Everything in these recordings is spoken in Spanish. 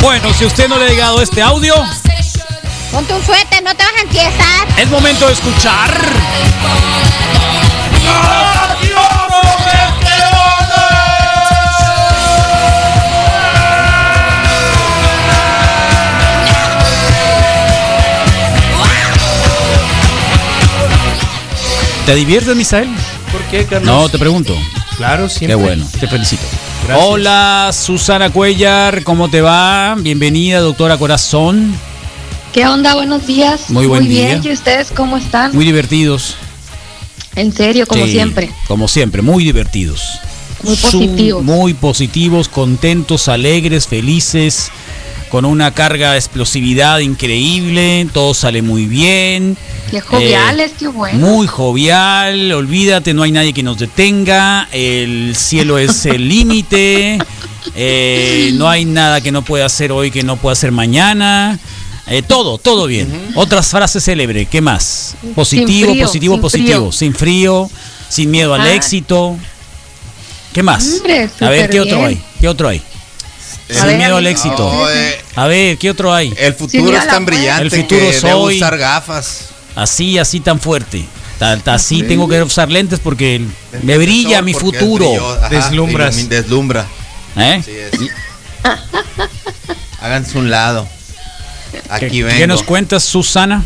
Bueno, si a usted no le ha llegado este audio, Ponte un suéter, no te vas a empiezar. es momento de escuchar. ¿Te diviertes, Misael? ¿Por qué, Carlos? No, te pregunto. Claro, Qué siempre. bueno, te felicito. Gracias. Hola, Susana Cuellar, ¿cómo te va? Bienvenida, doctora Corazón. ¿Qué onda? Buenos días. Muy buen bien, día. ¿y ustedes cómo están? Muy divertidos. en serio, como Sí, siempre. Como siempre, muy divertidos. Muy Su- positivos. Muy positivos, contentos, alegres, felices, con una carga de explosividad increíble, todo sale muy bien. Eh, Qué joviales, qué bueno. Muy jovial, olvídate, no hay nadie que nos detenga, el cielo es el límite, eh, no hay nada que no pueda hacer hoy que no pueda hacer mañana. eh, todo, todo bien. Otras frases célebres, ¿qué más? Positivo, frío, positivo, sin positivo. frío. Sin frío, sin miedo al Ah. éxito. ¿Qué más? Hombre, A ver, súper ¿qué otro bien. hay? ¿Qué otro hay? Eh, sin ver, miedo al amigo. éxito. No, eh, A ver, ¿qué otro hay? el Sin futuro ir a es la tan fuerza. brillante El futuro que es debo hoy. usar gafas. Así, así tan fuerte. Tan- tan así tengo que usar lentes porque el- me brilla mi Porque es futuro. brillo- ajá, Deslumbras. ilumi- Deslumbra. ¿Eh? Así es. Háganse un lado. ¿Qué, Aquí vengo. qué nos cuentas, Susana?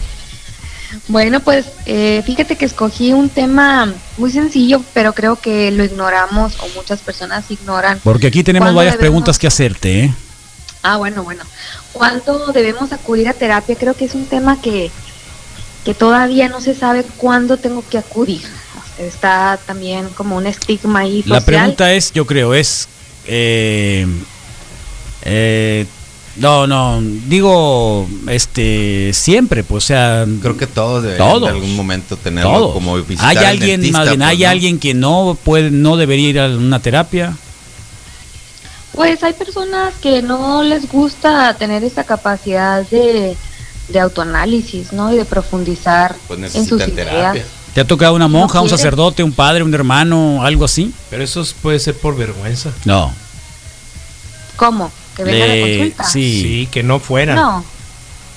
Bueno, pues eh, fíjate que escogí un tema muy sencillo, pero creo que lo ignoramos o muchas personas ignoran. Porque aquí tenemos ¿Cuándo varias debemos- preguntas que hacerte. ¿eh? Ah, bueno, bueno. ¿Cuándo debemos acudir a terapia? Creo que es un tema que, que todavía no se sabe cuándo tengo que acudir. Está también como un estigma ahí. La social. pregunta es, yo creo, es... eh, eh, no, no, digo, este, siempre, pues, o sea... Creo que todos deberían Todos. en algún momento tenerlo todo. como visitar Hay al alguien, dentista, más bien, pues, hay ¿no? alguien que no puede, no debería ir a una terapia. Pues hay personas que no les gusta tener esa capacidad de, de autoanálisis, ¿no? Y de profundizar Pues en sus necesitan ideas. terapia. ¿Te ha tocado una monja, un quiere. sacerdote, un padre, un hermano, algo así? Pero eso puede ser por vergüenza. No. ¿Cómo? ¿Que vengan Le- a consulta? sí. Sí, que no fueran. No,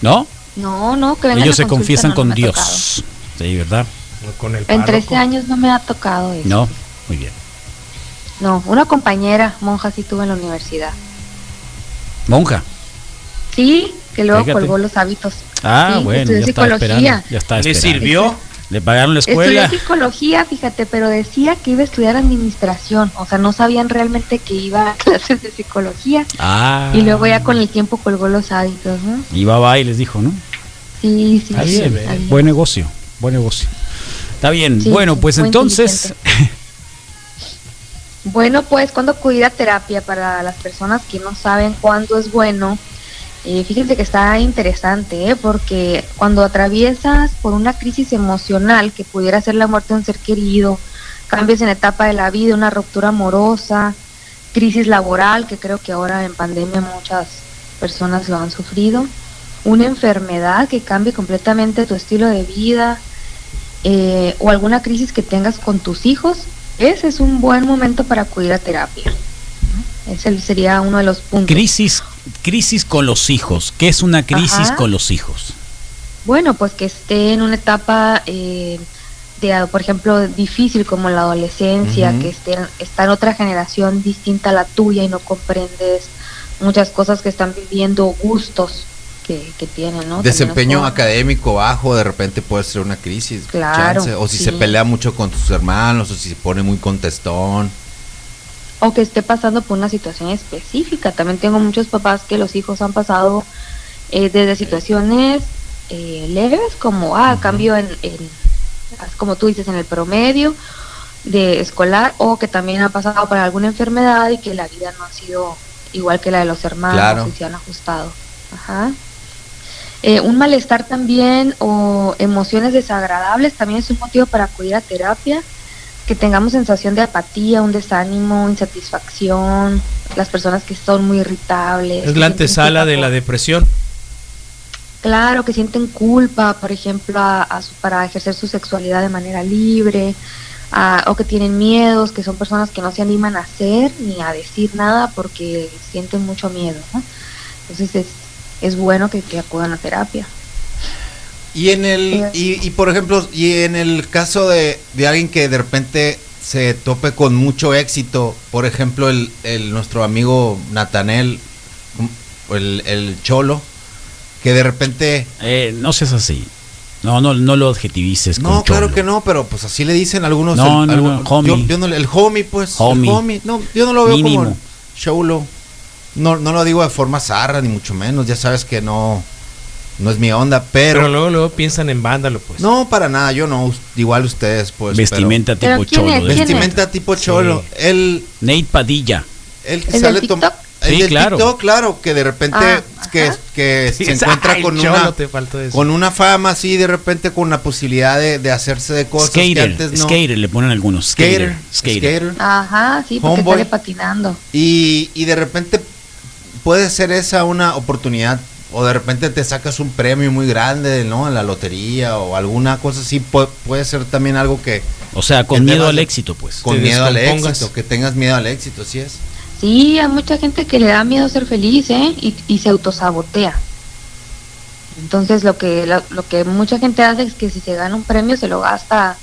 ¿No? no, no, que vengan Ellos a se consulta, confiesan no, no con me ha Dios. Sí, ¿verdad? no con el tocado. En 13 párroco. años no me ha tocado eso. No. Muy bien. No, una compañera monja sí tuve en la universidad. Monja. Sí, que luego Fíjate. colgó los hábitos. Ah, Sí, bueno, estudió ya está esperando. psicología. Ya está ¿Le esperando. sirvió? Le pagaron la Estudié escuela. psicología, fíjate, pero decía que iba a estudiar administración. O sea, no sabían realmente que iba a clases de psicología. Ah. Y luego ya con el tiempo colgó los hábitos, ¿no? Y va, va y les dijo, ¿no? Sí, sí, Está sí, se bien. ve. está bien. Buen negocio. Buen negocio. Está bien. Sí, bueno, sí, pues muy entonces. Bueno, pues cuando acudir a terapia para las personas que no saben cuándo es bueno, eh, fíjense que está interesante, ¿eh? porque cuando atraviesas por una crisis emocional que pudiera ser la muerte de un ser querido, cambios en la etapa de la vida, una ruptura amorosa, crisis laboral, que creo que ahora en pandemia muchas personas lo han sufrido, una enfermedad que cambie completamente tu estilo de vida, eh, o alguna crisis que tengas con tus hijos, ese es un buen momento para acudir a terapia. Ese sería uno de los puntos. Crisis, crisis con los hijos. ¿Qué es una crisis Ajá. con los hijos? Bueno, pues que esté en una etapa eh, de, ah, por ejemplo, difícil como la adolescencia, Ujú. que esté, está en otra generación distinta a la tuya y no comprendes muchas cosas que están viviendo, gustos que, que tienen, ¿no? Desempeño También los- académico bajo, de repente puede ser una crisis. Claro, O si sí. se pelea mucho con sus hermanos, o si se pone muy contestón. o que esté pasando por una situación específica. También tengo muchos papás que los hijos han pasado eh, desde situaciones eh, leves, como ah, cambio en, en- como tú dices, en el promedio de escolar, o que también ha pasado por alguna enfermedad y que la vida no ha sido igual que la de los hermanos Claro. y se han ajustado. Ajá. Eh, un malestar también o emociones desagradables también es un motivo para acudir a terapia que tengamos sensación de apatía, un desánimo, insatisfacción, las personas que son muy irritables. Es que la sienten antesala culpa de por- la depresión. Claro, que sienten culpa, por ejemplo, a- a su- para ejercer su sexualidad de manera libre, a- o que tienen miedos, que son personas que no se animan a hacer ni a decir nada porque sienten mucho miedo. ¿no? Entonces es, es bueno que, que acudan a terapia. Y en el y, y, por ejemplo, y en el caso de, de alguien que de repente se tope con mucho éxito, por ejemplo, el, el nuestro amigo Natanel, mm, el, el cholo, que de repente Eh, no seas así. No, no, no lo adjetivices. con No, claro cholo. que no, pero pues así le dicen algunos. No, el, no, algo- no, homie. Yo, yo no le- el homie, pues. Homie. El homie. No, yo no lo veo Mínimo. como showlo. No, no lo digo de forma zarra, ni mucho menos. Ya sabes que no, no es mi onda, pero. Pero luego, luego piensan en vándalo, pues. no, para nada, yo no. us- Igual ustedes, pues. pero- vestimenta pero- tipo ¿Pero quién cholo. es? de- ¿Quién es? vestimenta tipo cholo. El, Nate Padilla. el que ¿El sale del tom- TikTok? El Sí, del claro. TikTok, claro, que de repente Ah, que, ajá. que Sí, se es- encuentra ay, con cholo, una. te faltó decir. Con una fama así, de repente con la posibilidad de, de hacerse de cosas que Skater. antes no. Skater le ponen algunos. Skater. Skater. Skater. Ajá, sí, porque Homeboy. sale patinando. Y, y de repente puede ser esa una oportunidad. O de repente te sacas un premio muy grande, ¿no? En la lotería o alguna cosa así. Pu- puede ser también algo que O sea, con Que te miedo vas- al éxito, pues. con Te miedo al descompongas. éxito, que tengas miedo al éxito, así es. Sí, hay mucha gente que le da miedo ser feliz, ¿eh? Y, y se autosabotea. Entonces lo que lo, lo que mucha gente hace es que si se gana un premio se lo gasta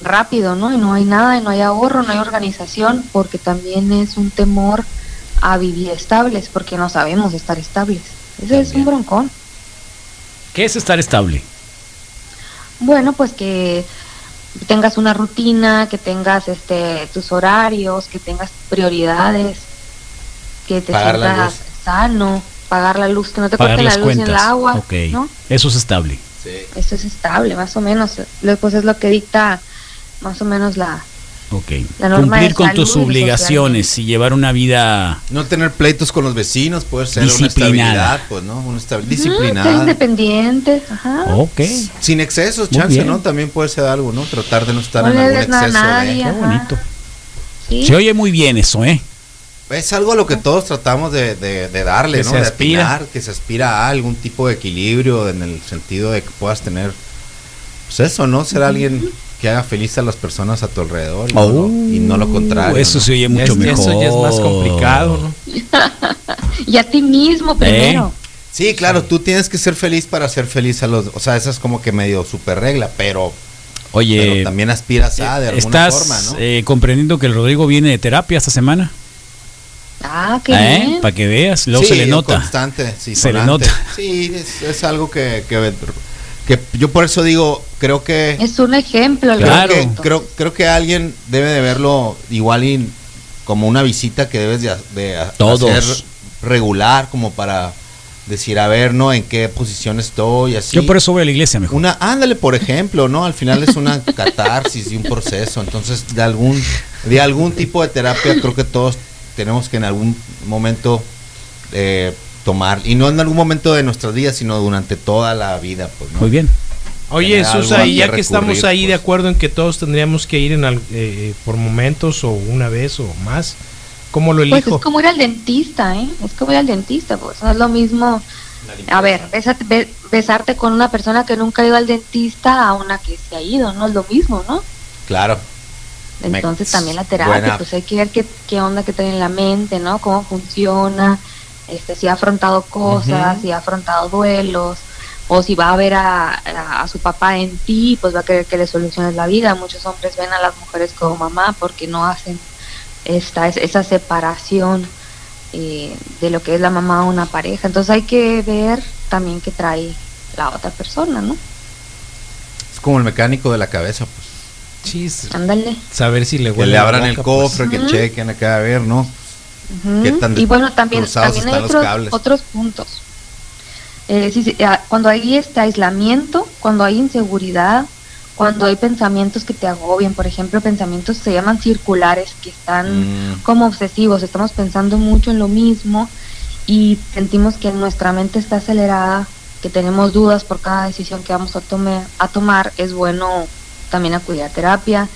rápido, ¿no? Y no hay nada, y no hay ahorro, no hay organización, porque también es un temor a vivir estables, porque no sabemos estar estables. Ese es un También. broncón. ¿Qué es estar estable? Bueno, pues que tengas una rutina, que tengas este tus horarios, que tengas prioridades, que te Pagar la sientas sano, pagar la luz, que no te Pagar corten la las luz ni cuentas. el agua, ok. ¿no? Eso es estable. Eso es estable, más o menos. Lo- Pues es lo que dicta más o menos la... Ok. La norma Cumplir de con tus salud y obligaciones y llevar una vida. No tener pleitos con los vecinos puede ser una Disciplinada. estabilidad, pues, ¿no? Una estabil- Ujú, ser disciplinada. independiente, ajá. Ok. Sin excesos, Muy chance, bien. ¿no? También puede ser algo, ¿no? Tratar de no estar No en le algún des nada a exceso. de- nadie. Qué Ajá. bonito. Sí. Se oye muy bien eso, ¿eh? Es algo a lo que todos tratamos de, de- de darle, Que ¿no? se de aspira. atinar, que se aspira a algún tipo de equilibrio en el sentido de que puedas tener, pues eso, ¿no? Ser alguien que haga feliz a las personas a tu alrededor y, no lo- y no, lo contrario. Uh, Eso ¿no? se oye Ya mucho es- mejor. Eso ya es más complicado, ¿no? Y a ti ¿Eh? mismo primero. Sí, claro, tú tienes que ser feliz para ser feliz a los... O sea, esa es como que medio super regla, pero, pero Oye, también aspiras a de alguna ¿estás forma, ¿no? eh, comprendiendo que el Rodrigo viene de terapia esta semana? ¿eh? Ah, qué bien. Para que veas, luego Sí, se le nota. Constante, sí, Se le sonante. nota. Sí, es, es algo que, que, que yo por eso digo, creo que... Es un ejemplo. Creo Claro. que- Alberto. creo, creo que alguien debe de verlo igual y como una visita que debes de, ha- de ha- Todos. hacer regular, como para decir, a ver, ¿no? ¿En qué posición estoy? Así. Yo por eso voy a la iglesia mejor. Una, ándale, por ejemplo, ¿no? Al final es una catarsis y un proceso. Entonces, de algún, de algún tipo de terapia, creo que todos tenemos que en algún momento eh, tomar. Y no en algún momento de nuestros días, sino durante toda la vida. Pues, ¿no? Muy bien. Oye, tener algo Susa, a y qué ya que estamos recurrir, ahí de pues. acuerdo en que todos tendríamos que ir en al- eh, por momentos o una vez o más, ¿cómo lo Pues elijo? es como ir al dentista, ¿eh? Es como ir al dentista, pues no es lo mismo. A ver, bésate- be- besarte con una persona que nunca ha ido al dentista a una que se ha ido, no es lo mismo, ¿no? Claro. Me- Entonces también la terapia, buena. pues hay que ver qué, qué onda que trae en la mente, ¿no? Cómo funciona, este, si ha afrontado cosas, si ha afrontado duelos, o si va a ver a, a- a su papá en ti, pues va a querer que le soluciones la vida. Muchos hombres ven a las mujeres como mamá porque no hacen esta es- esa separación eh, de lo que es la mamá a una pareja. Entonces hay que ver también qué trae la otra persona, ¿no? Es como el mecánico de la cabeza, pues. Chis, Ándale. saber si le Que huele le la abran boca, el pues. cofre, que Ujú. chequen acá a ver, ¿no? Ujú. ¿Qué tan y bueno, también, cruzados también hay están los otros, cables? otros puntos. Eh, sí, sí, ah, cuando hay este aislamiento, cuando hay inseguridad, cuando hay pensamientos que te agobian, por ejemplo, pensamientos que se llaman circulares, que están Mm, como obsesivos, estamos pensando mucho en lo mismo y sentimos que nuestra mente está acelerada, que tenemos dudas por cada decisión que vamos a, tome- a tomar, es bueno también acudir a terapia.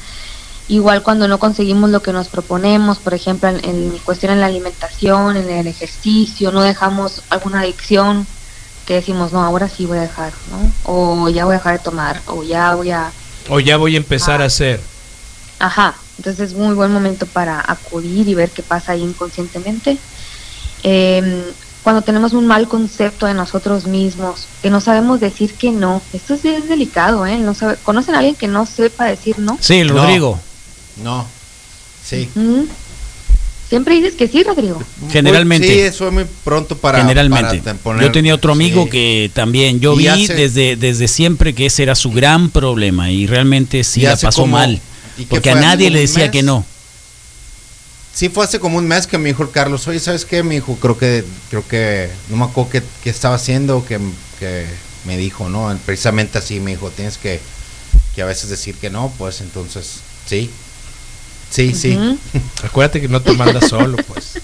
Igual cuando no conseguimos lo que nos proponemos, por ejemplo, en, en cuestión en la alimentación, en el ejercicio, no dejamos alguna adicción que decimos, no, ahora sí voy a dejar, ¿no? O ya voy a dejar de tomar, o ya voy a O ya voy a empezar Ah. a hacer. Ajá, entonces es muy buen momento para acudir y ver qué pasa ahí inconscientemente. Eh, cuando tenemos un mal concepto de nosotros mismos, que no sabemos decir que no. Esto sí es delicado, ¿eh? No sabe, ¿Conocen a alguien que no sepa decir no? Sí, el No. Rodrigo. No. Sí. ¿Mm? Siempre dices que sí, Rodrigo. Generalmente. Sí, eso es muy pronto para. generalmente. para poner- yo tenía otro amigo sí. que también, yo Y vi hace- desde, desde siempre que ese era su gran problema y realmente sí Y la hace pasó como- mal. ¿y qué Porque a fue? ¿Hace nadie como le un decía mes? que no. Sí, fue hace como un mes que me dijo el Carlos, oye, ¿sabes qué? Me dijo, creo que, creo que, no me acuerdo qué, qué estaba haciendo, que, que me dijo, ¿no? Precisamente así me dijo, tienes que, que a veces decir que no, pues entonces, sí. Sí, sí. Ujú. Acuérdate que no te mandas solo, pues.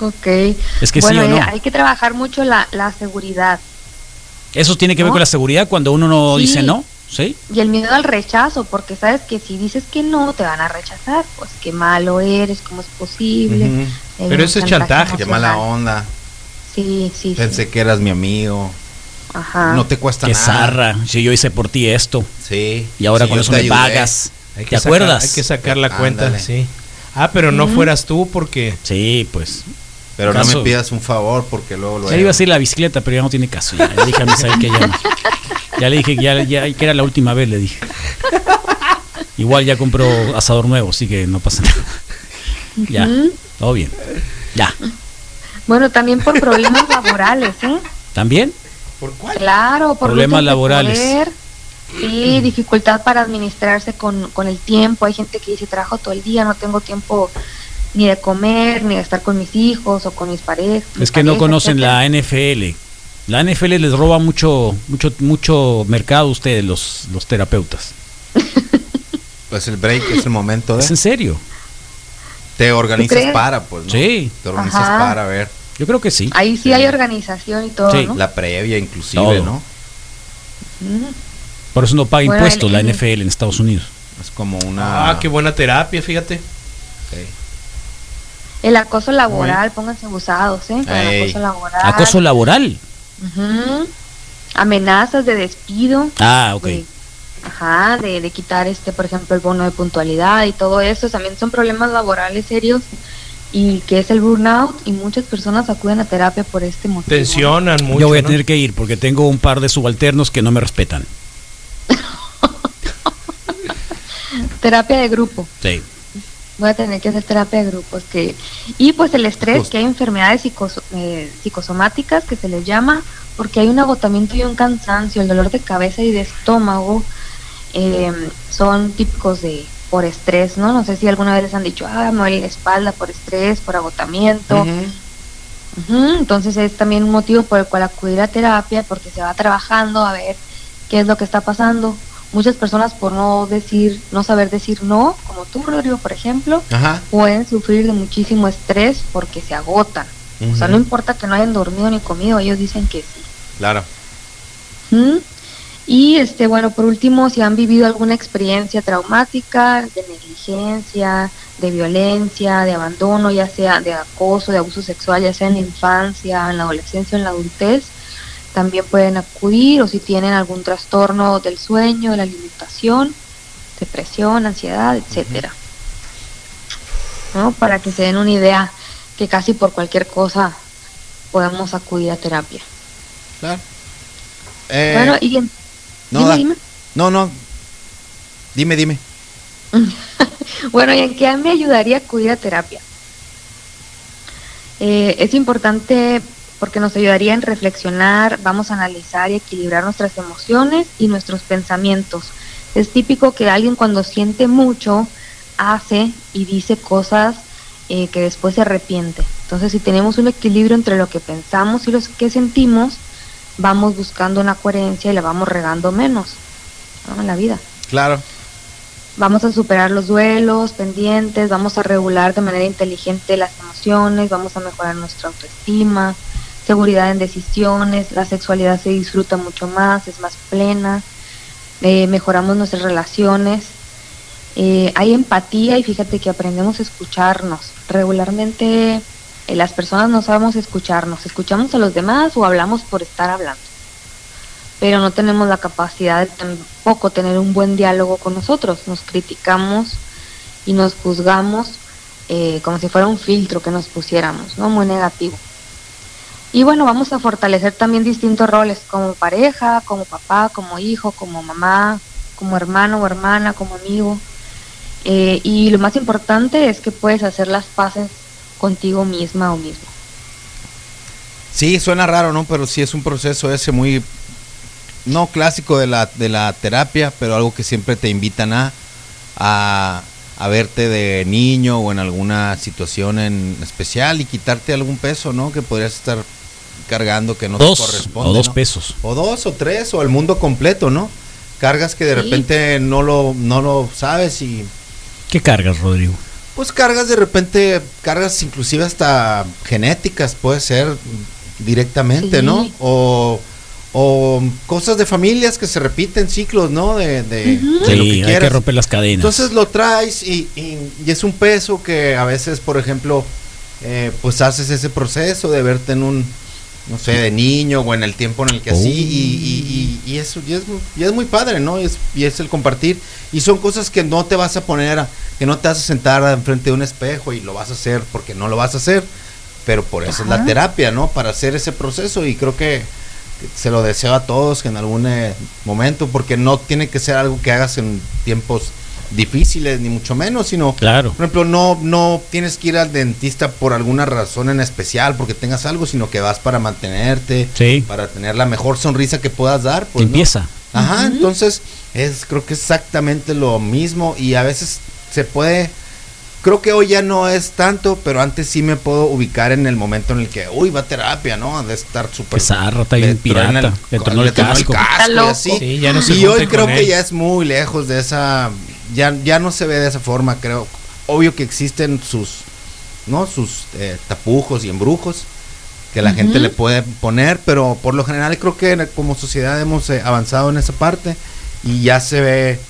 Ok. Es que sí bueno, o no. eh, hay que trabajar mucho la, la seguridad Eso tiene que ver ¿No? con la seguridad cuando uno no Sí. dice no, ¿sí? y el miedo al rechazo, porque sabes que si dices que no, te van a rechazar. Pues qué malo eres, cómo es posible. Ujú. Hay Pero un eso es chantaje, Qué emocional. mala onda. Sí, sí, Ah. sí. Pensé que eras mi amigo. Ajá. No te cuesta Que nada. zarra. Si yo hice por ti esto Sí. y ahora Sí, con yo eso te me ayudé. pagas. Hay que ¿Te sacar- acuerdas? Hay que sacar la cuenta, Ándale. sí. Ah, pero no Ujú. fueras tú porque Sí, pues. Pero no Caso. me pidas un favor porque luego lo Ya iba a decir la bicicleta, pero ya no tiene caso. Ya le dije a Misael que ya no. Ya le dije que, ya, ya- que era la última vez, le dije. Igual ya compró asador nuevo, así que no pasa nada. Ya, Ujú. todo bien. Ya. Bueno, también por problemas laborales, ¿eh? ¿También? ¿Por cuál? Claro, por Problemas luchas de laborales. poder. Sí, dificultad para administrarse con, con el tiempo. Hay gente que dice, trabajo todo el día, no tengo tiempo ni de comer, ni de estar con mis hijos o con mis parejas. Es que no conocen la NFL. La NFL les roba mucho, mucho, mucho mercado a ustedes, los, los terapeutas. Pues el break es el momento Es en de. serio. Te organizas crees? para, pues. ¿no? Sí. Te organizas Ajá. para ver Yo creo que sí. Ahí sí, hay organización y todo, Sí, ¿no? la previa, inclusive, Todo. ¿no? Mm. Por eso no paga Bueno, impuestos el- la el- NFL en Estados Unidos. Es como una. Ah, qué buena terapia, fíjate. Sí. El acoso laboral, pónganse abusados, ¿eh? Con el Ey. acoso laboral. Acoso laboral. Ujú. Amenazas de despido. Ah, ok. de- ajá, de, de quitar, este, por ejemplo, el bono de puntualidad y todo eso. También son problemas laborales serios y que es el burnout y muchas personas acuden a terapia por este motivo. Tensionan mucho. Yo voy a ¿no? tener que ir porque tengo un par de subalternos que no me respetan. ¿eh? Terapia de grupo. Sí. Voy a tener que hacer terapia de grupos. Que... Y pues el estrés, Justo. que hay enfermedades psicos- eh, psicosomáticas que se les llama, porque hay un agotamiento y un cansancio, el dolor de cabeza y de estómago eh, son típicos de por estrés, ¿no? No sé si alguna vez les han dicho, ah, me duele la espalda por estrés, por agotamiento. Ujú. Ujú, Entonces es también un motivo por el cual acudir a terapia, porque se va trabajando a ver qué es lo que está pasando. Muchas personas por no decir, no saber decir no, como tú, Rodrigo, por ejemplo, Ajá. pueden sufrir de muchísimo estrés porque se agotan. O sea, Ujú. no importa que no hayan dormido ni comido, ellos dicen que sí. Claro. ¿Mm? Y este, bueno, por último, si han vivido alguna experiencia traumática de negligencia, de violencia, de abandono, ya sea de acoso, de abuso sexual, ya sea en la infancia, en la adolescencia o en la adultez, también pueden acudir o si tienen algún trastorno del sueño, de la alimentación, depresión, ansiedad, etcétera. ¿No? Para que se den una idea que casi por cualquier cosa podemos acudir a terapia. Claro. Eh, bueno, y en- no, dime, da- dime. no, no. Dime, dime. Bueno, ¿y en qué me ayudaría acudir a terapia? Eh, es importante porque nos ayudaría en reflexionar, vamos a analizar y equilibrar nuestras emociones y nuestros pensamientos. Es típico que alguien cuando siente mucho hace y dice cosas eh, que después se arrepiente. Entonces, si tenemos un equilibrio entre lo que pensamos y lo que sentimos, vamos buscando una coherencia y la vamos regando menos ¿no? en la vida. Claro. Vamos a superar los duelos pendientes, vamos a regular de manera inteligente las emociones, vamos a mejorar nuestra autoestima, seguridad en decisiones, la sexualidad se disfruta mucho más, es más plena, eh, mejoramos nuestras relaciones, eh, hay empatía y fíjate que aprendemos a escucharnos. Regularmente eh, las personas no sabemos escucharnos, escuchamos a los demás o hablamos por estar hablando pero no tenemos la capacidad de tampoco tener un buen diálogo con nosotros. Nos criticamos y nos juzgamos eh, como si fuera un filtro que nos pusiéramos, ¿no? Muy negativo. Y bueno, vamos a fortalecer también distintos roles, como pareja, como papá, como hijo, como mamá, como hermano o hermana, como amigo. Eh, y lo más importante es que puedes hacer las paces contigo misma o mismo. Sí, suena raro, ¿no? Pero sí es un proceso ese muy no clásico de la, de la terapia, pero algo que siempre te invitan a, a, a verte de niño o en alguna situación en especial y quitarte algún peso, ¿no? Que podrías estar cargando que no Dos, te corresponde. o dos ¿no? pesos. O dos o tres o el mundo completo, ¿no? Cargas que de Sí. repente no lo, no lo sabes y ¿Qué cargas, Rodrigo? pues cargas de repente, cargas inclusive hasta genéticas, puede ser directamente, Sí. ¿no? O, o cosas de familias que se repiten, ciclos, ¿no? De, de, de Sí, lo que hay que quieras. romper las cadenas. Entonces lo traes y, y- y es un peso que a veces, por ejemplo, eh, pues haces ese proceso de verte en un, no sé, de niño o en el tiempo en el que así, Oh. y, y- y- y eso y es, y es muy padre, ¿no? Y es, y es el compartir. Y son cosas que no te vas a poner, a- que no te vas a sentar enfrente de un espejo y lo vas a hacer porque no lo vas a hacer, pero por eso es la terapia, ¿no? Para hacer ese proceso y creo que se lo deseo a todos que en algún eh, momento, porque no tiene que ser algo que hagas en tiempos difíciles, ni mucho menos, sino, Claro. por ejemplo, no, no tienes que ir al dentista por alguna razón en especial, porque tengas algo, sino que vas para mantenerte, Sí. para tener la mejor sonrisa que puedas dar. Pues, ¿no? Limpieza. Ajá, entonces es creo que exactamente lo mismo y a veces se puede creo que hoy ya no es tanto, pero antes sí me puedo ubicar en el momento en el que uy, va a terapia, ¿no? De estar súper Qué zarra, está le bien tronó en pirata, le tronó el tronó casco. Está y loco. así. Sí, ya no se y junte hoy creo con que él. ya es muy lejos de esa ya ya no se ve de esa forma, creo. Obvio que existen sus ¿no? Sus eh, tapujos y embrujos que la gente le puede poner, pero por lo general creo que en- como sociedad hemos eh, avanzado en esa parte y ya se ve,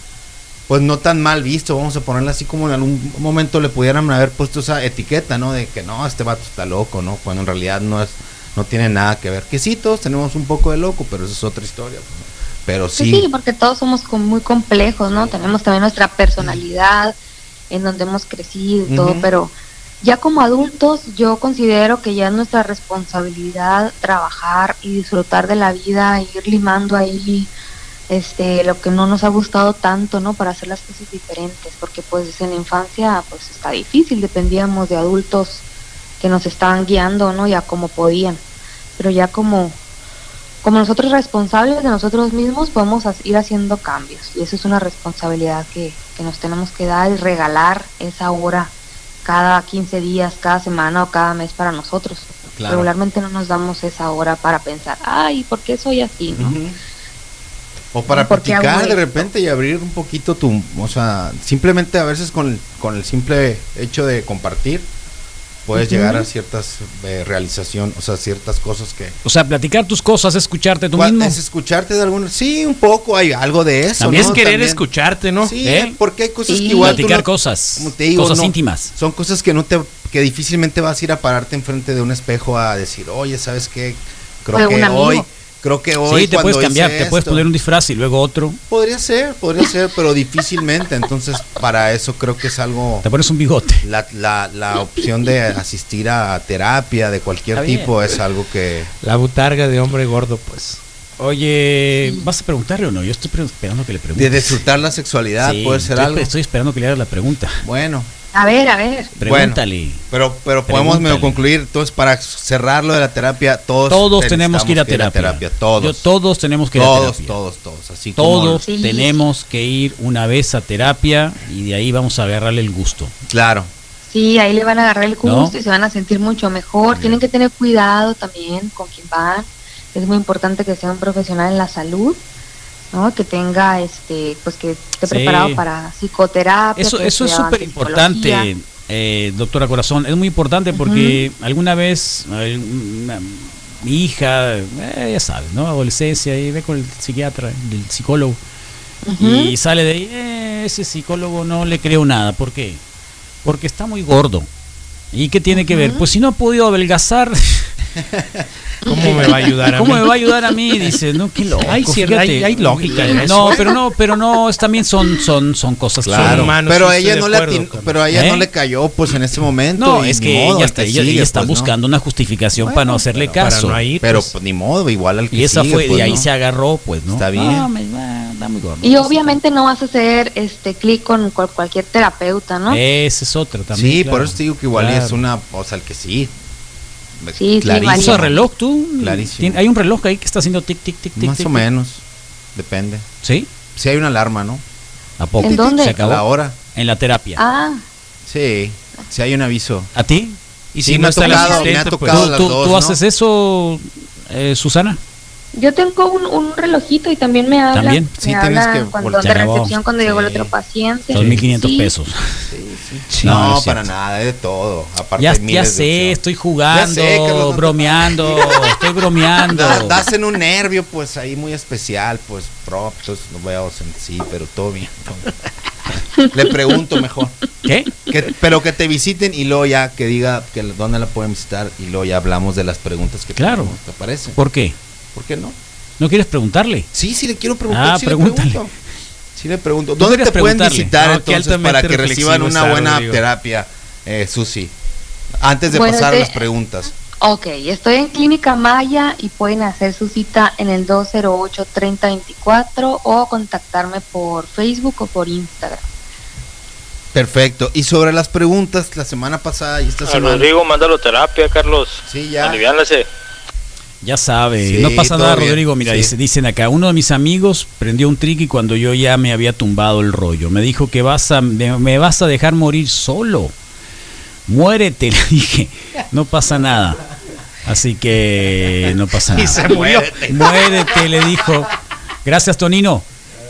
pues no tan mal visto, vamos a ponerle así como en algún momento le pudieran haber puesto esa etiqueta, ¿no? De que no, este vato está loco, ¿no? Cuando en realidad no es, no tiene nada que ver. Que sí, todos tenemos un poco de loco, pero eso es otra historia. pues, ¿no? Pero Sí, sí, sí, porque todos somos como muy complejos, ¿no? Tenemos también nuestra personalidad, en donde hemos crecido y todo, Ujú. pero ya como adultos yo considero que ya es nuestra responsabilidad trabajar y disfrutar de la vida, ir limando ahí este lo que no nos ha gustado tanto, ¿no? Para hacer las cosas diferentes, porque pues en la infancia pues está difícil, dependíamos de adultos que nos estaban guiando, ¿no? Ya como podían, pero ya como como nosotros responsables de nosotros mismos podemos as- ir haciendo cambios y eso es una responsabilidad que, que nos tenemos que dar y regalar esa hora cada 15 días, cada semana o cada mes para nosotros. Claro. Regularmente no nos damos esa hora para pensar, ay, ¿por qué soy así? no?" Ujú. O para ¿Por qué hago platicar de esto? repente y abrir un poquito tu... O sea, simplemente a veces con, el- con el simple hecho de compartir, puedes llegar a ciertas eh, realización, o sea, ciertas cosas que... O sea, platicar tus cosas, escucharte tú ¿Cuál- mismo. Es escucharte de algún... Sí, un poco, hay algo de eso. También ¿no? es querer También. escucharte, ¿no? Sí, ¿Eh? porque hay cosas Sí. que igual... tú Platicar no- cosas, como te digo, cosas no- íntimas. Son cosas que no te... que difícilmente vas a ir a pararte enfrente de un espejo a decir, oye, ¿sabes qué? Creo Fue un que amigo. hoy... Creo que hoy... sí, te puedes cuando hice cambiar, te puedes esto". poner un disfraz y luego otro. Podría ser, podría ser, pero difícilmente. Entonces, para eso creo que es algo. Te pones un bigote. La, la, la opción de asistir a terapia de cualquier Está bien. tipo es algo que. La butarga de hombre gordo, pues. Oye, ¿vas a preguntarle o no? Yo estoy pre- esperando que le pregunte. De disfrutar la sexualidad Sí, puede ser estoy, algo. Estoy esperando que le haga la pregunta. Bueno, A ver, a ver. Pregúntale. pero, pero podemos medio Pregúntale. concluir. Entonces, para cerrar lo de la terapia, todos, todos tenemos que ir a necesitamos terapia. Todos. Yo- todos tenemos que ir a todos, terapia. todos, todos. Así como- Todos Sí. tenemos que ir una vez a terapia y de ahí vamos a agarrarle el gusto. Claro. Sí, ahí le van a agarrar el gusto ¿No? y se van a sentir mucho mejor. Tienen que tener cuidado también con quién van. Es muy importante que sea un profesional en la salud, ¿no? Que tenga, este, pues que Sí. esté preparado para psicoterapia. Eso, que eso es sea súper importante, antipsicología. eh, doctora Corazón. Es muy importante porque alguna vez eh, una- mi hija, eh, ya sabes, ¿no? Adolescencia, y ve con el psiquiatra, el psicólogo. Y sale de ahí, "Eh, ese psicólogo no le creo nada. ¿Por qué? Porque está muy gordo. ¿Y qué tiene que ver? Pues si no ha podido adelgazar, ¿Cómo me va a ayudar a ¿Cómo mí? me va a ayudar a mí? Dice, no, qué loco. Hay cierta- fíjate. hay- hay lógica en No, eso. pero no, pero no, es, también son, son, son cosas que- Claro, humanos, pero sí a estoy ella de no le acuerdo, atin- Carlos. pero a ella ¿Eh? no le cayó pues en ese momento. No, y es ni que ella modo, al está, que ella- ella sigue, está pues, ¿no? buscando una justificación para no hacerle Para caso. no ir, Pero pues, pues, ni modo, igual al que y esa sigue, fue, pues, de ahí ¿no? se agarró, pues, ¿no? Está bien. Ah, me va- da muy gordo. Y obviamente no vas a hacer este clic con cual- cualquier terapeuta, ¿no? Esa es otra también. Sí, por claro. eso te digo que igual Claro. es una, o sea, al que sí. sí, Clarísimo. varía. ¿Usa reloj tú? Clarísimo. Tien- Hay un reloj ahí que está haciendo tic, tic, tic, tic. Más tic, o tic. menos, depende. ¿Sí? Si hay una alarma, ¿no? ¿A poco? ¿En dónde? ¿Se A acabó? la hora. En la terapia. Ah, Sí, si hay un aviso. ¿A ti? y sí, si me no ha está la tocado, me ha asistente, pues, tocado. ¿Tú, las tú- dos, tú ¿no? haces eso, eh, Susana? yo tengo un, un relojito y también me habla, También. me Sí, tienes habla que cuando voltear de abajo. recepción cuando llegó el Sí. otro paciente. Son 1.500 Sí. pesos. No, No, es para cierto. nada, es de todo. Aparte Ya, hay ya miles de sé, opciones. estoy jugando, Ya sé, Carlos, no te- bromeando, estoy bromeando. Da- Das en un nervio, pues ahí muy especial, pues proptos, no veo en sí, pero todo bien. Le pregunto mejor. ¿Qué? Que- pero que te visiten y luego ya que diga que l- dónde la pueden visitar y luego ya hablamos de las preguntas que Claro. tenemos, ¿Te parece? ¿Por qué? ¿Por qué no? ¿No quieres preguntarle? Sí, sí le quiero preguntar. Ah, sí pregúntale. Le pregunto. Sí le pregunto. Tú ¿Dónde querías te pueden preguntarle. visitar No, qué entonces altamente para que reciban reflexivo una está buena Rodrigo. terapia, eh, Susi? Antes de Bueno, pasar a de- las preguntas. Ok, estoy en Clínica Maya y pueden hacer su cita en el 208-3024 o contactarme por Facebook o por Instagram. Perfecto. Y sobre las preguntas, la semana pasada y esta A semana. Rodrigo, mándalo terapia, Carlos. Sí, ya. Aliviánlase. Ya sabe, Sí, no pasa todo nada, bien. Rodrigo. Mira, Sí. dice- dicen acá, uno de mis amigos prendió un triqui cuando yo ya me había tumbado el rollo. Me dijo que vas a, me, me vas a dejar morir solo. Muérete, le dije. No pasa nada. Así que no pasa nada. Y se murió. Muérete, le dijo. Gracias, Tonino.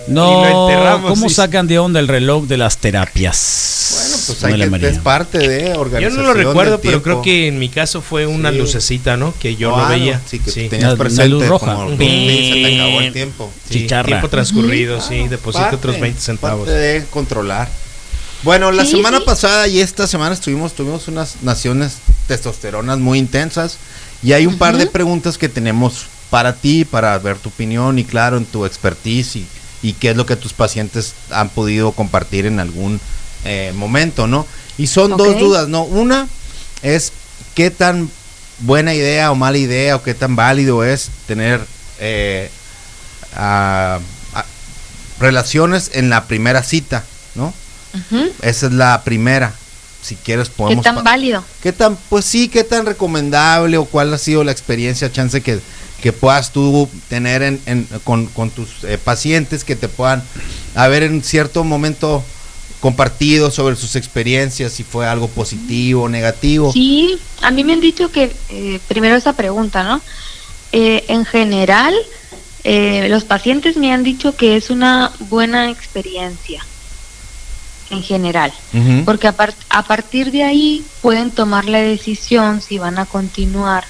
Y lo No, enterramos, ¿cómo sí. sacan de onda el reloj de las terapias? Bueno, pues Manuela hay que, María. es parte de Yo organización. no lo del recuerdo, pero tiempo. creo que en mi caso fue una Sí. lucecita, ¿no? Que yo Ah, lo no, veía. Sí, que sí. tenías Una- una presente. luz roja. como- Ujú. sí, se te acabó el tiempo. Sí, Chicharra. Tiempo transcurrido, Pues sí. Deposito Parte- otros 20 centavos. Parte de controlar. Bueno, la Sí, semana sí. pasada y esta semana estuvimos, tuvimos unas naciones testosteronas muy intensas y hay un par de preguntas que tenemos para ti, para ver tu opinión y claro, en tu expertise y, y qué es lo que tus pacientes han podido compartir en algún eh, momento, ¿no? Y son dos Ok. dudas, ¿no? Una es qué tan buena idea o mala idea o qué tan válido es tener eh, a- a- relaciones en la primera cita, ¿no? Ujú. Esa es la primera. Si quieres ¿Qué podemos... tan pa- válido? ¿Qué tan, pues sí, qué tan recomendable o cuál ha sido la experiencia, chance que, que puedas tú tener en, en- con, con tus eh, pacientes que te puedan haber en cierto momento compartido sobre sus experiencias, si fue algo positivo o negativo? Sí, a mí me han dicho que eh, primero esa pregunta, ¿no? Eh, en general, eh, los pacientes me han dicho que es una buena experiencia, en general, Ujú. porque a, par- a partir de ahí pueden tomar la decisión si van a continuar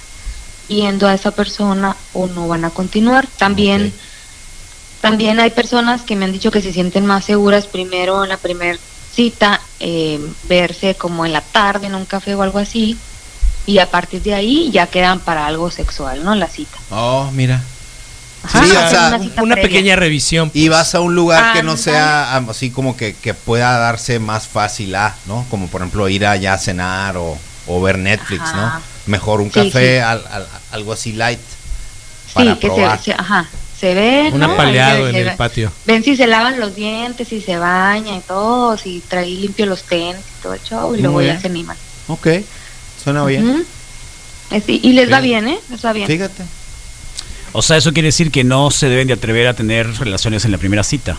yendo a esa persona o no van a continuar. También, Ok. también hay personas que me han dicho que se sienten más seguras primero en la primera cita, eh, verse como en la tarde en un café o algo así, y a partir de ahí ya quedan para algo sexual, ¿no? La cita. Oh, mira. Ajá, Sí, o hacen sea, una una cita previa. pequeña revisión. Y vas a un lugar que no Ándale. sea am- así como que, que pueda darse más fácil a, ¿no? Como por ejemplo ir allá a cenar o, o ver Netflix, Ajá. ¿no? Mejor un Sí, café, sí. al- al- algo así light. Sí, Para que probar. se, se- ajá, se ve. Un ¿no? apaleado Ahí en se- se el ve- patio. Ven si se lavan los dientes, si se baña y todo, si trae limpio los tenis y todo el show, y Muy luego bien. ya se animan. Ok, suena bien. Ujú. Eh, sí, y les va Fíjate. bien, ¿eh? Les va bien. Fíjate. O sea, eso quiere decir que no se deben de atrever a tener relaciones en la primera cita.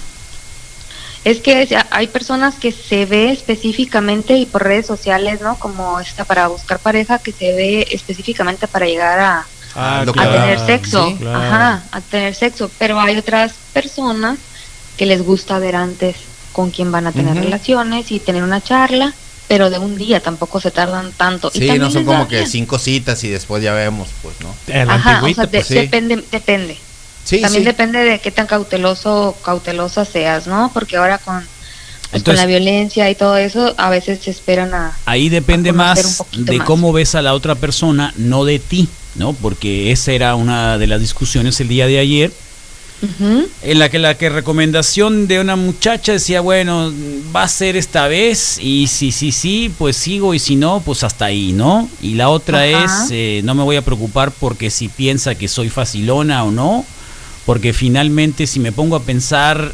Es que es- hay personas que se ve específicamente y por redes sociales, ¿no? Como esta para buscar pareja, que se ve específicamente para llegar a, Ah, a Claro, tener sexo. sí, claro. Ajá, a tener sexo. Pero hay otras personas que les gusta ver antes con quién van a tener Ujú. relaciones y tener una charla, pero de un día tampoco se tardan tanto. Y Sí, también no son les va como que bien. cinco citas y después ya vemos, pues, ¿no? A la Ajá, o antigüita, sea, de- pues, sí. depende, depende. Sí, También sí. depende de qué tan cauteloso o cautelosa seas, ¿no? Porque ahora con, pues, con Entonces- la violencia y todo eso, a veces se esperan a... Ahí depende A conocer un más poquito de más. cómo ves a la otra persona, no de ti. ¿no? Porque esa era una de las discusiones el día de ayer, Ujú. en la que la que recomendación de una muchacha decía, bueno, va a ser esta vez, y si sí, sí, pues sigo, y si no, pues hasta ahí, ¿no? Y la otra Ajá. es, eh, no me voy a preocupar porque si piensa que soy facilona o no, porque finalmente si me pongo a pensar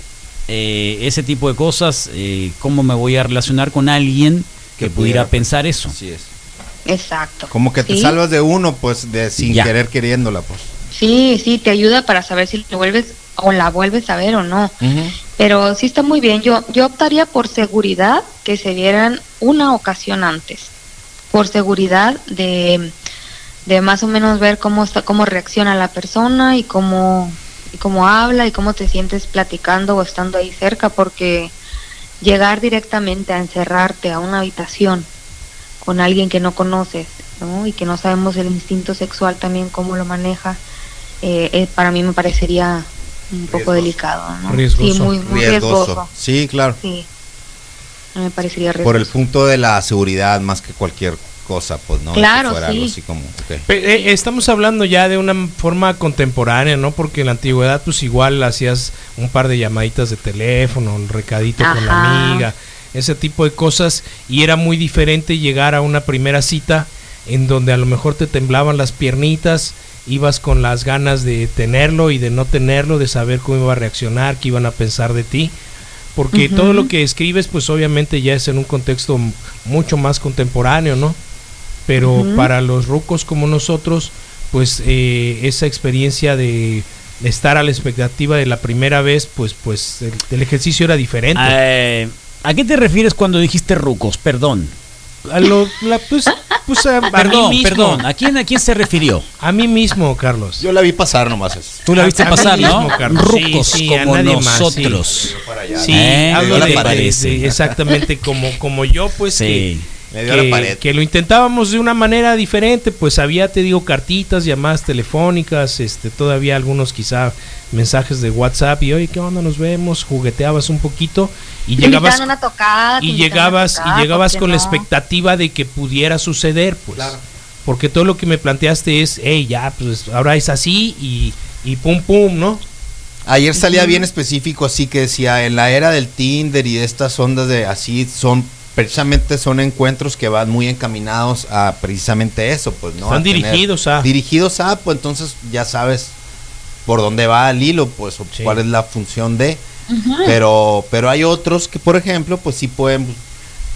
eh, ese tipo de cosas, eh, ¿cómo me voy a relacionar con alguien que, Que pudiera pudiera pensar eso? Así es. Exacto. Como que te Sí, salvas de uno, pues, de sin Ya. querer queriéndola, pues. Sí, sí, te ayuda para saber si lo vuelves o la vuelves a ver o no. Pero sí está muy bien. Yo, yo optaría por seguridad que se vieran una ocasión antes. Por seguridad de, de más o menos ver cómo está, cómo reacciona la persona y cómo, y cómo habla y cómo te sientes platicando o estando ahí cerca, porque llegar directamente a encerrarte a una habitación con alguien que no conoces, ¿no? Y que no sabemos el instinto sexual también cómo lo maneja, eh, eh, para mí me parecería un poco Riesgoso. delicado, ¿no? Sí, Riesgoso. muy, muy riesgoso. Riesgoso. Sí, claro. Sí. Me parecería riesgoso. Por el punto de la seguridad más que cualquier cosa, pues, ¿no? Claro, Que fuera sí. algo así como, ok. Pe- eh, Estamos hablando ya de una forma contemporánea, ¿no? Porque en la antigüedad, pues igual hacías un par de llamaditas de teléfono, un recadito con la Ajá. amiga, ese tipo de cosas. Y era muy diferente llegar a una primera cita en donde a lo mejor te temblaban las piernitas, ibas con las ganas de tenerlo y de no tenerlo, de saber cómo iba a reaccionar, qué iban a pensar de ti. Porque Ujú. todo lo que escribes, pues obviamente ya es en un contexto m- mucho más contemporáneo, ¿no? pero Ujú. para los rucos como nosotros, pues eh, esa experiencia de estar a la expectativa de la primera vez, pues pues el, el ejercicio era diferente. Eh, ¿A qué te refieres cuando dijiste rucos? Perdón. A lo- la- pues, pues, a, a Perdón, mí mismo, perdón. ¿A quién, ¿A quién se refirió? A mí mismo, Carlos. Yo la vi pasar nomás. eso. Tú la A- viste a mí pasar, ¿no? mismo, Carlos. Rucos Sí, sí, a como nadie más, nosotros. Sí, ¿eh? hablo ¿Qué le de- de- parece? de- exactamente como, como yo, pues que- Sí. Le dio la que, pared. que lo intentábamos de una manera diferente, pues había, te digo, cartitas, llamadas telefónicas, este, todavía algunos quizá mensajes de WhatsApp y oye, ¿qué onda? Nos vemos, jugueteabas un poquito y Te llegabas invitaban a una tocada, te y invitaban a llegabas tocar, y llegabas ¿por qué con la no? expectativa de que pudiera suceder, pues. Porque todo lo que me planteaste es, hey, ya, pues ahora es así y, y pum pum, ¿no? Ayer salía bien específico, así que decía, en la era del Tinder y de estas ondas de así, son precisamente son encuentros que van muy encaminados a precisamente eso, pues, ¿no? Están A tener- dirigidos a- Dirigidos a, pues entonces ya sabes por dónde va el hilo, pues, o Sí. cuál es la función de. Pero, pero hay otros que, por ejemplo, pues sí pueden.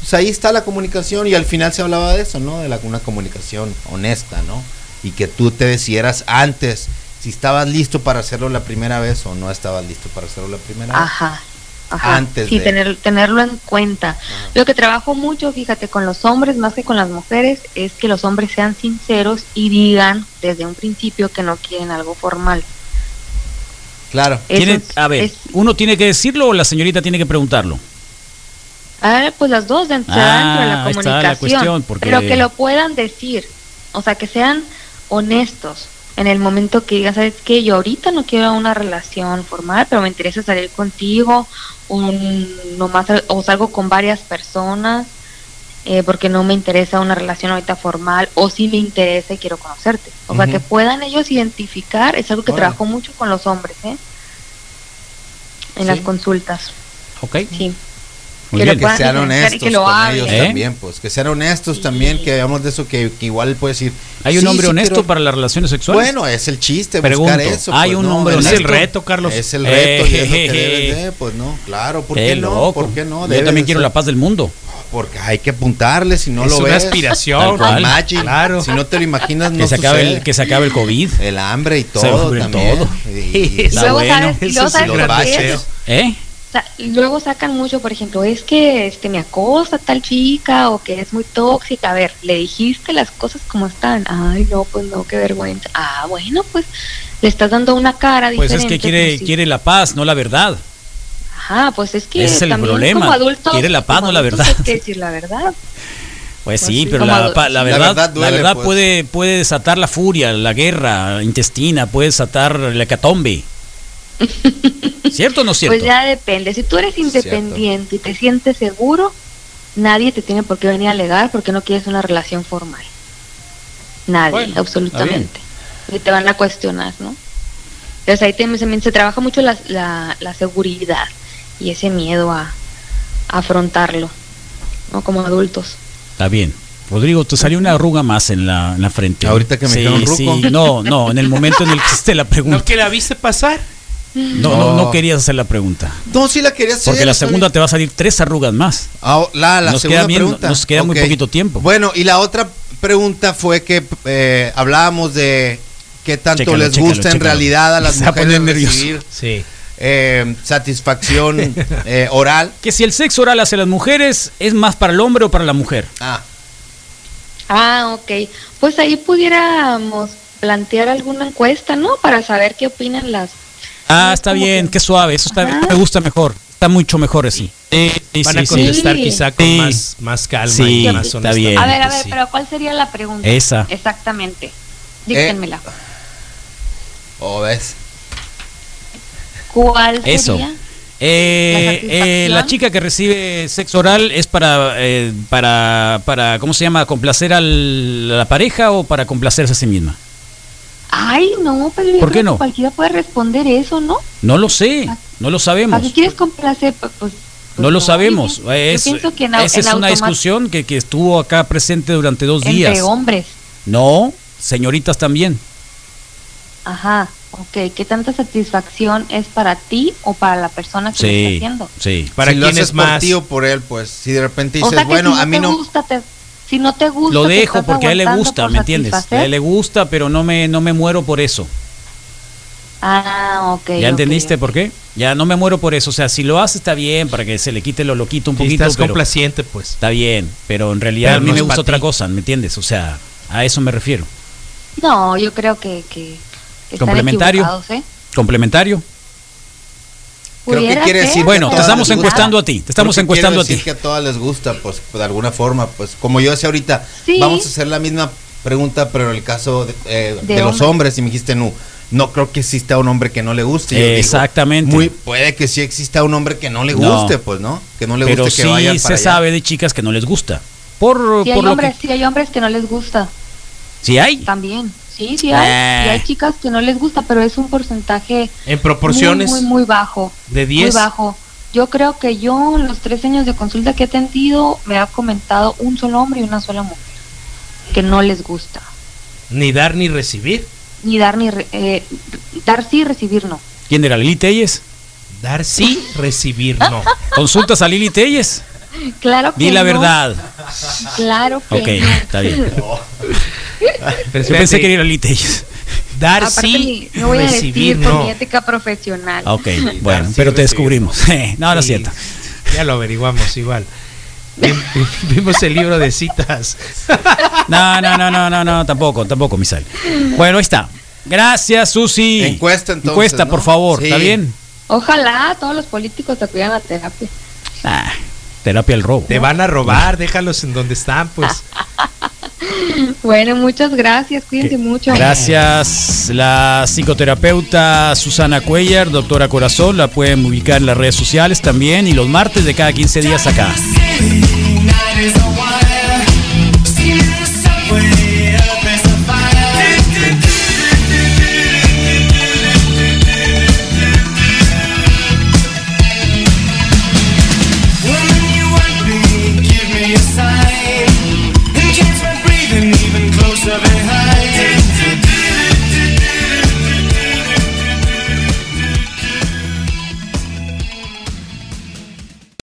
Pues ahí está la comunicación y al final se hablaba de eso, ¿no? De la, una comunicación honesta, ¿no? Y que tú te decidieras antes si estabas listo para hacerlo la primera vez o no estabas listo para hacerlo la primera Ajá. Ajá. Antes sí, de- tener, tenerlo en cuenta. Lo que trabajo mucho, fíjate, con los hombres más que con las mujeres, es que los hombres sean sinceros y digan desde un principio que no quieren algo formal. vez. Claro. Eso Tiene- es- a ver, es- ¿uno tiene que decirlo o la señorita tiene que preguntarlo? Ah, pues las dos dentro, Ah, dentro de la ahí está comunicación. la cuestión, porque- Pero que lo puedan decir. O sea, que sean honestos en el momento que digan, ¿sabes qué? Yo ahorita no quiero una relación formal, pero me interesa salir contigo o nomás, o salgo con varias personas eh, porque no me interesa una relación ahorita formal o si me interesa y quiero conocerte. O sea, Ujú. que puedan ellos identificar, es algo que Órale. trabajo mucho con los hombres, ¿eh? En las Sí. consultas, Ok. sí. Muy que lo bien. que puedan diferenciar sean y honestos que lo con hablen. ellos ¿Eh? también, pues. Que sean honestos Sí. también, que hablamos de eso, que, que igual puedes decir. ¿Hay un "Sí, hombre sí honesto quiero-". para las relaciones sexuales? Bueno, es el chiste, buscar Pregunto, eso. pues, ¿hay un hombre Es Es el honesto? reto, Carlos. Es el reto, y es lo que Ejejeje. debes de, pues no, claro, ¿por Qué qué no? loco. ¿Por qué no? Yo Debes también de quiero ser- la paz del mundo. Porque hay que apuntarle, si no es lo una ves. Tal aspiración. cual. Imagine, Claro. Si no te lo imaginas, no pues que, se acabe sucede. el, que se acabe el COVID. El hambre y Se todo cubre también. todo. Y- Y Está luego, bueno, ¿sabes, y eso luego sí sabes lo por qué baches. es? Pues ¿Eh? Sa- Luego sacan mucho, por ejemplo, es que este me acosa tal chica o que es muy tóxica. A ver, le dijiste las cosas como están. Ay, no, pues no, qué vergüenza. Ah, bueno, pues le estás dando una cara Pues es diferente. que quiere, pues sí. quiere la paz, no la verdad. Ajá, pues es que Ese es el también problema. como adultos, Quiere la paz, como no la adultos verdad. Hay que decir la verdad. Pues, Pues sí, sí. pero Como la, adulto. pa- la La verdad, la verdad, verdad duele, pues. puede, puede desatar la furia, la guerra la intestina, puede desatar la hecatombe. ¿Cierto o no es cierto? Pues ya depende. Si tú eres independiente y te sientes seguro, nadie te tiene por qué venir a alegar porque no quieres una relación formal. Nadie, Bueno, está bien. absolutamente. y te van a cuestionar, ¿no? Entonces ahí también, también se trabaja mucho la, la, la seguridad y ese miedo a, a afrontarlo, ¿no? Como adultos. Está bien. Rodrigo, te salió una arruga más en la, en la frente. Ahorita que me Sí, quedó un ruco. sí. No, no, en el momento en el que hiciste la ¿No pregunta. que la viste pasar? No, no, no No. querías hacer la pregunta. No, sí la quería hacer. Porque la está segunda bien. te va a salir tres arrugas más. Ah, la, la Nos segunda queda bien, pregunta. nos queda muy Ok. poquito tiempo. Bueno, y la otra pregunta fue que eh, hablábamos de qué tanto Chécalo, les chécalo, gusta en chécalo. realidad a las Se va a mujeres poner nervioso. recibir Sí. eh, satisfacción eh, oral. Que si el sexo oral hacia las mujeres es más para el hombre o para la mujer. Ah, Ah, ok. Pues ahí pudiéramos plantear alguna encuesta, ¿no? Para saber qué opinan las... Ah, No, está como bien, que- qué suave. Eso está, Ajá. me gusta mejor. Está mucho mejor así. Sí, sí, Van a sí, sí. contestar Sí. quizá con Sí. más, más calma Sí, y más está honestamente, bien. A ver, a ver, sí. pero ¿cuál sería la pregunta? Esa. Eh, Exactamente. Díganmela. o ves. ¿Cuál Eso. sería? Eh, La eh, satisfacción. la chica que recibe sexo oral es para, eh, para, para, ¿cómo se llama? ¿Complacer al- a la pareja o para complacerse a sí misma? Ay, no, pero yo ¿Por qué creo que no? cualquiera puede responder eso, ¿no? No lo sé, no lo ¿A sabemos. qué quieres complacer? Pues, Ah. pues, No lo yo sabemos. pienso- Es- yo pienso que en, au- esa en es una automa- discusión que, que estuvo acá presente durante dos entre días. hombres. No, señoritas también. Ajá, ok. ¿Qué tanta satisfacción es para ti o para la persona que lo está Sí, haciendo? sí. ¿Para si lo quién haces es más? por ti o por él, pues si de repente dices, o sea que bueno, si no a mí te no. gusta, te- si no te gusta, Lo te dejo estás porque a él le aguantando gusta, por ¿me entiendes? A él satisfacer. le gusta, pero no me, no me muero por eso. Ah, ok. ¿Ya ok, entendiste ok. por qué? Ya no me muero por eso. O sea, si lo hace está bien, para que se le quite lo loquito un Si poquito. estás pero complaciente, pues. está bien, pero en realidad Pero a mí no me es gusta pa' otra ti. cosa, ¿me entiendes? O sea, a eso me refiero. No, yo creo que. que, que están Complementario. equivocados, ¿eh? ¿Complementario? Creo que Pudiera quiere decir ser, que Bueno, a te todas estamos les gusta. encuestando a ti. Te estamos Porque quiero encuestando a decir ti. que a todas les gusta, pues de alguna forma, pues como yo decía ahorita, Sí. vamos a hacer la misma pregunta, pero en el caso de, eh, De de los hombre. hombres, y me dijiste, no, no creo que exista un hombre que no le guste. Yo digo, Exactamente. muy, puede que sí exista un hombre que no le No. guste, pues, ¿no? Que no le pero guste sí que vaya para se allá. sabe de chicas que no les gusta. Por, Sí hay por lo hombres, que. sí hay hombres que no les gusta Sí hay. también. Sí, sí hay. Eh. sí hay chicas que no les gusta, pero es un porcentaje En proporciones muy, muy, muy bajo. de 10. Muy bajo. Yo creo que yo, en los tres años de consulta que he atendido, me ha comentado un solo hombre y una sola mujer que no les gusta. Ni dar ni recibir. Ni dar ni re- eh, dar sí y recibir no. ¿Quién era? ¿Lili Telles? Dar sí, recibir no. ¿Consultas a Lili Telles? Claro que Di la no, verdad. Claro que Ok, no. está bien. Yo Espérate, pensé que era Lili Telles. Dar Aparte, sí, mi- no voy a recibir decir por mi no. ética profesional. Ah, Ok, Sí, bueno, sí, pero te recibimos. descubrimos. no, no es Sí, cierto. Ya lo averiguamos igual. Vi- vi- Vimos el libro de citas. No, no, no, no, no, no, tampoco, tampoco, Misael. Bueno, ahí está. Gracias, Susi. Encuesta, entonces, Encuesta, ¿no? por favor, Sí. ¿está bien? Ojalá todos los políticos acudieran a terapia. Ah, terapia al robo. Te van a robar, déjalos en donde están, pues. Bueno, muchas gracias. Cuídense mucho. Gracias, la psicoterapeuta Susana Cuellar, doctora Corazón, la pueden ubicar en las redes sociales también y los martes de cada 15 días acá.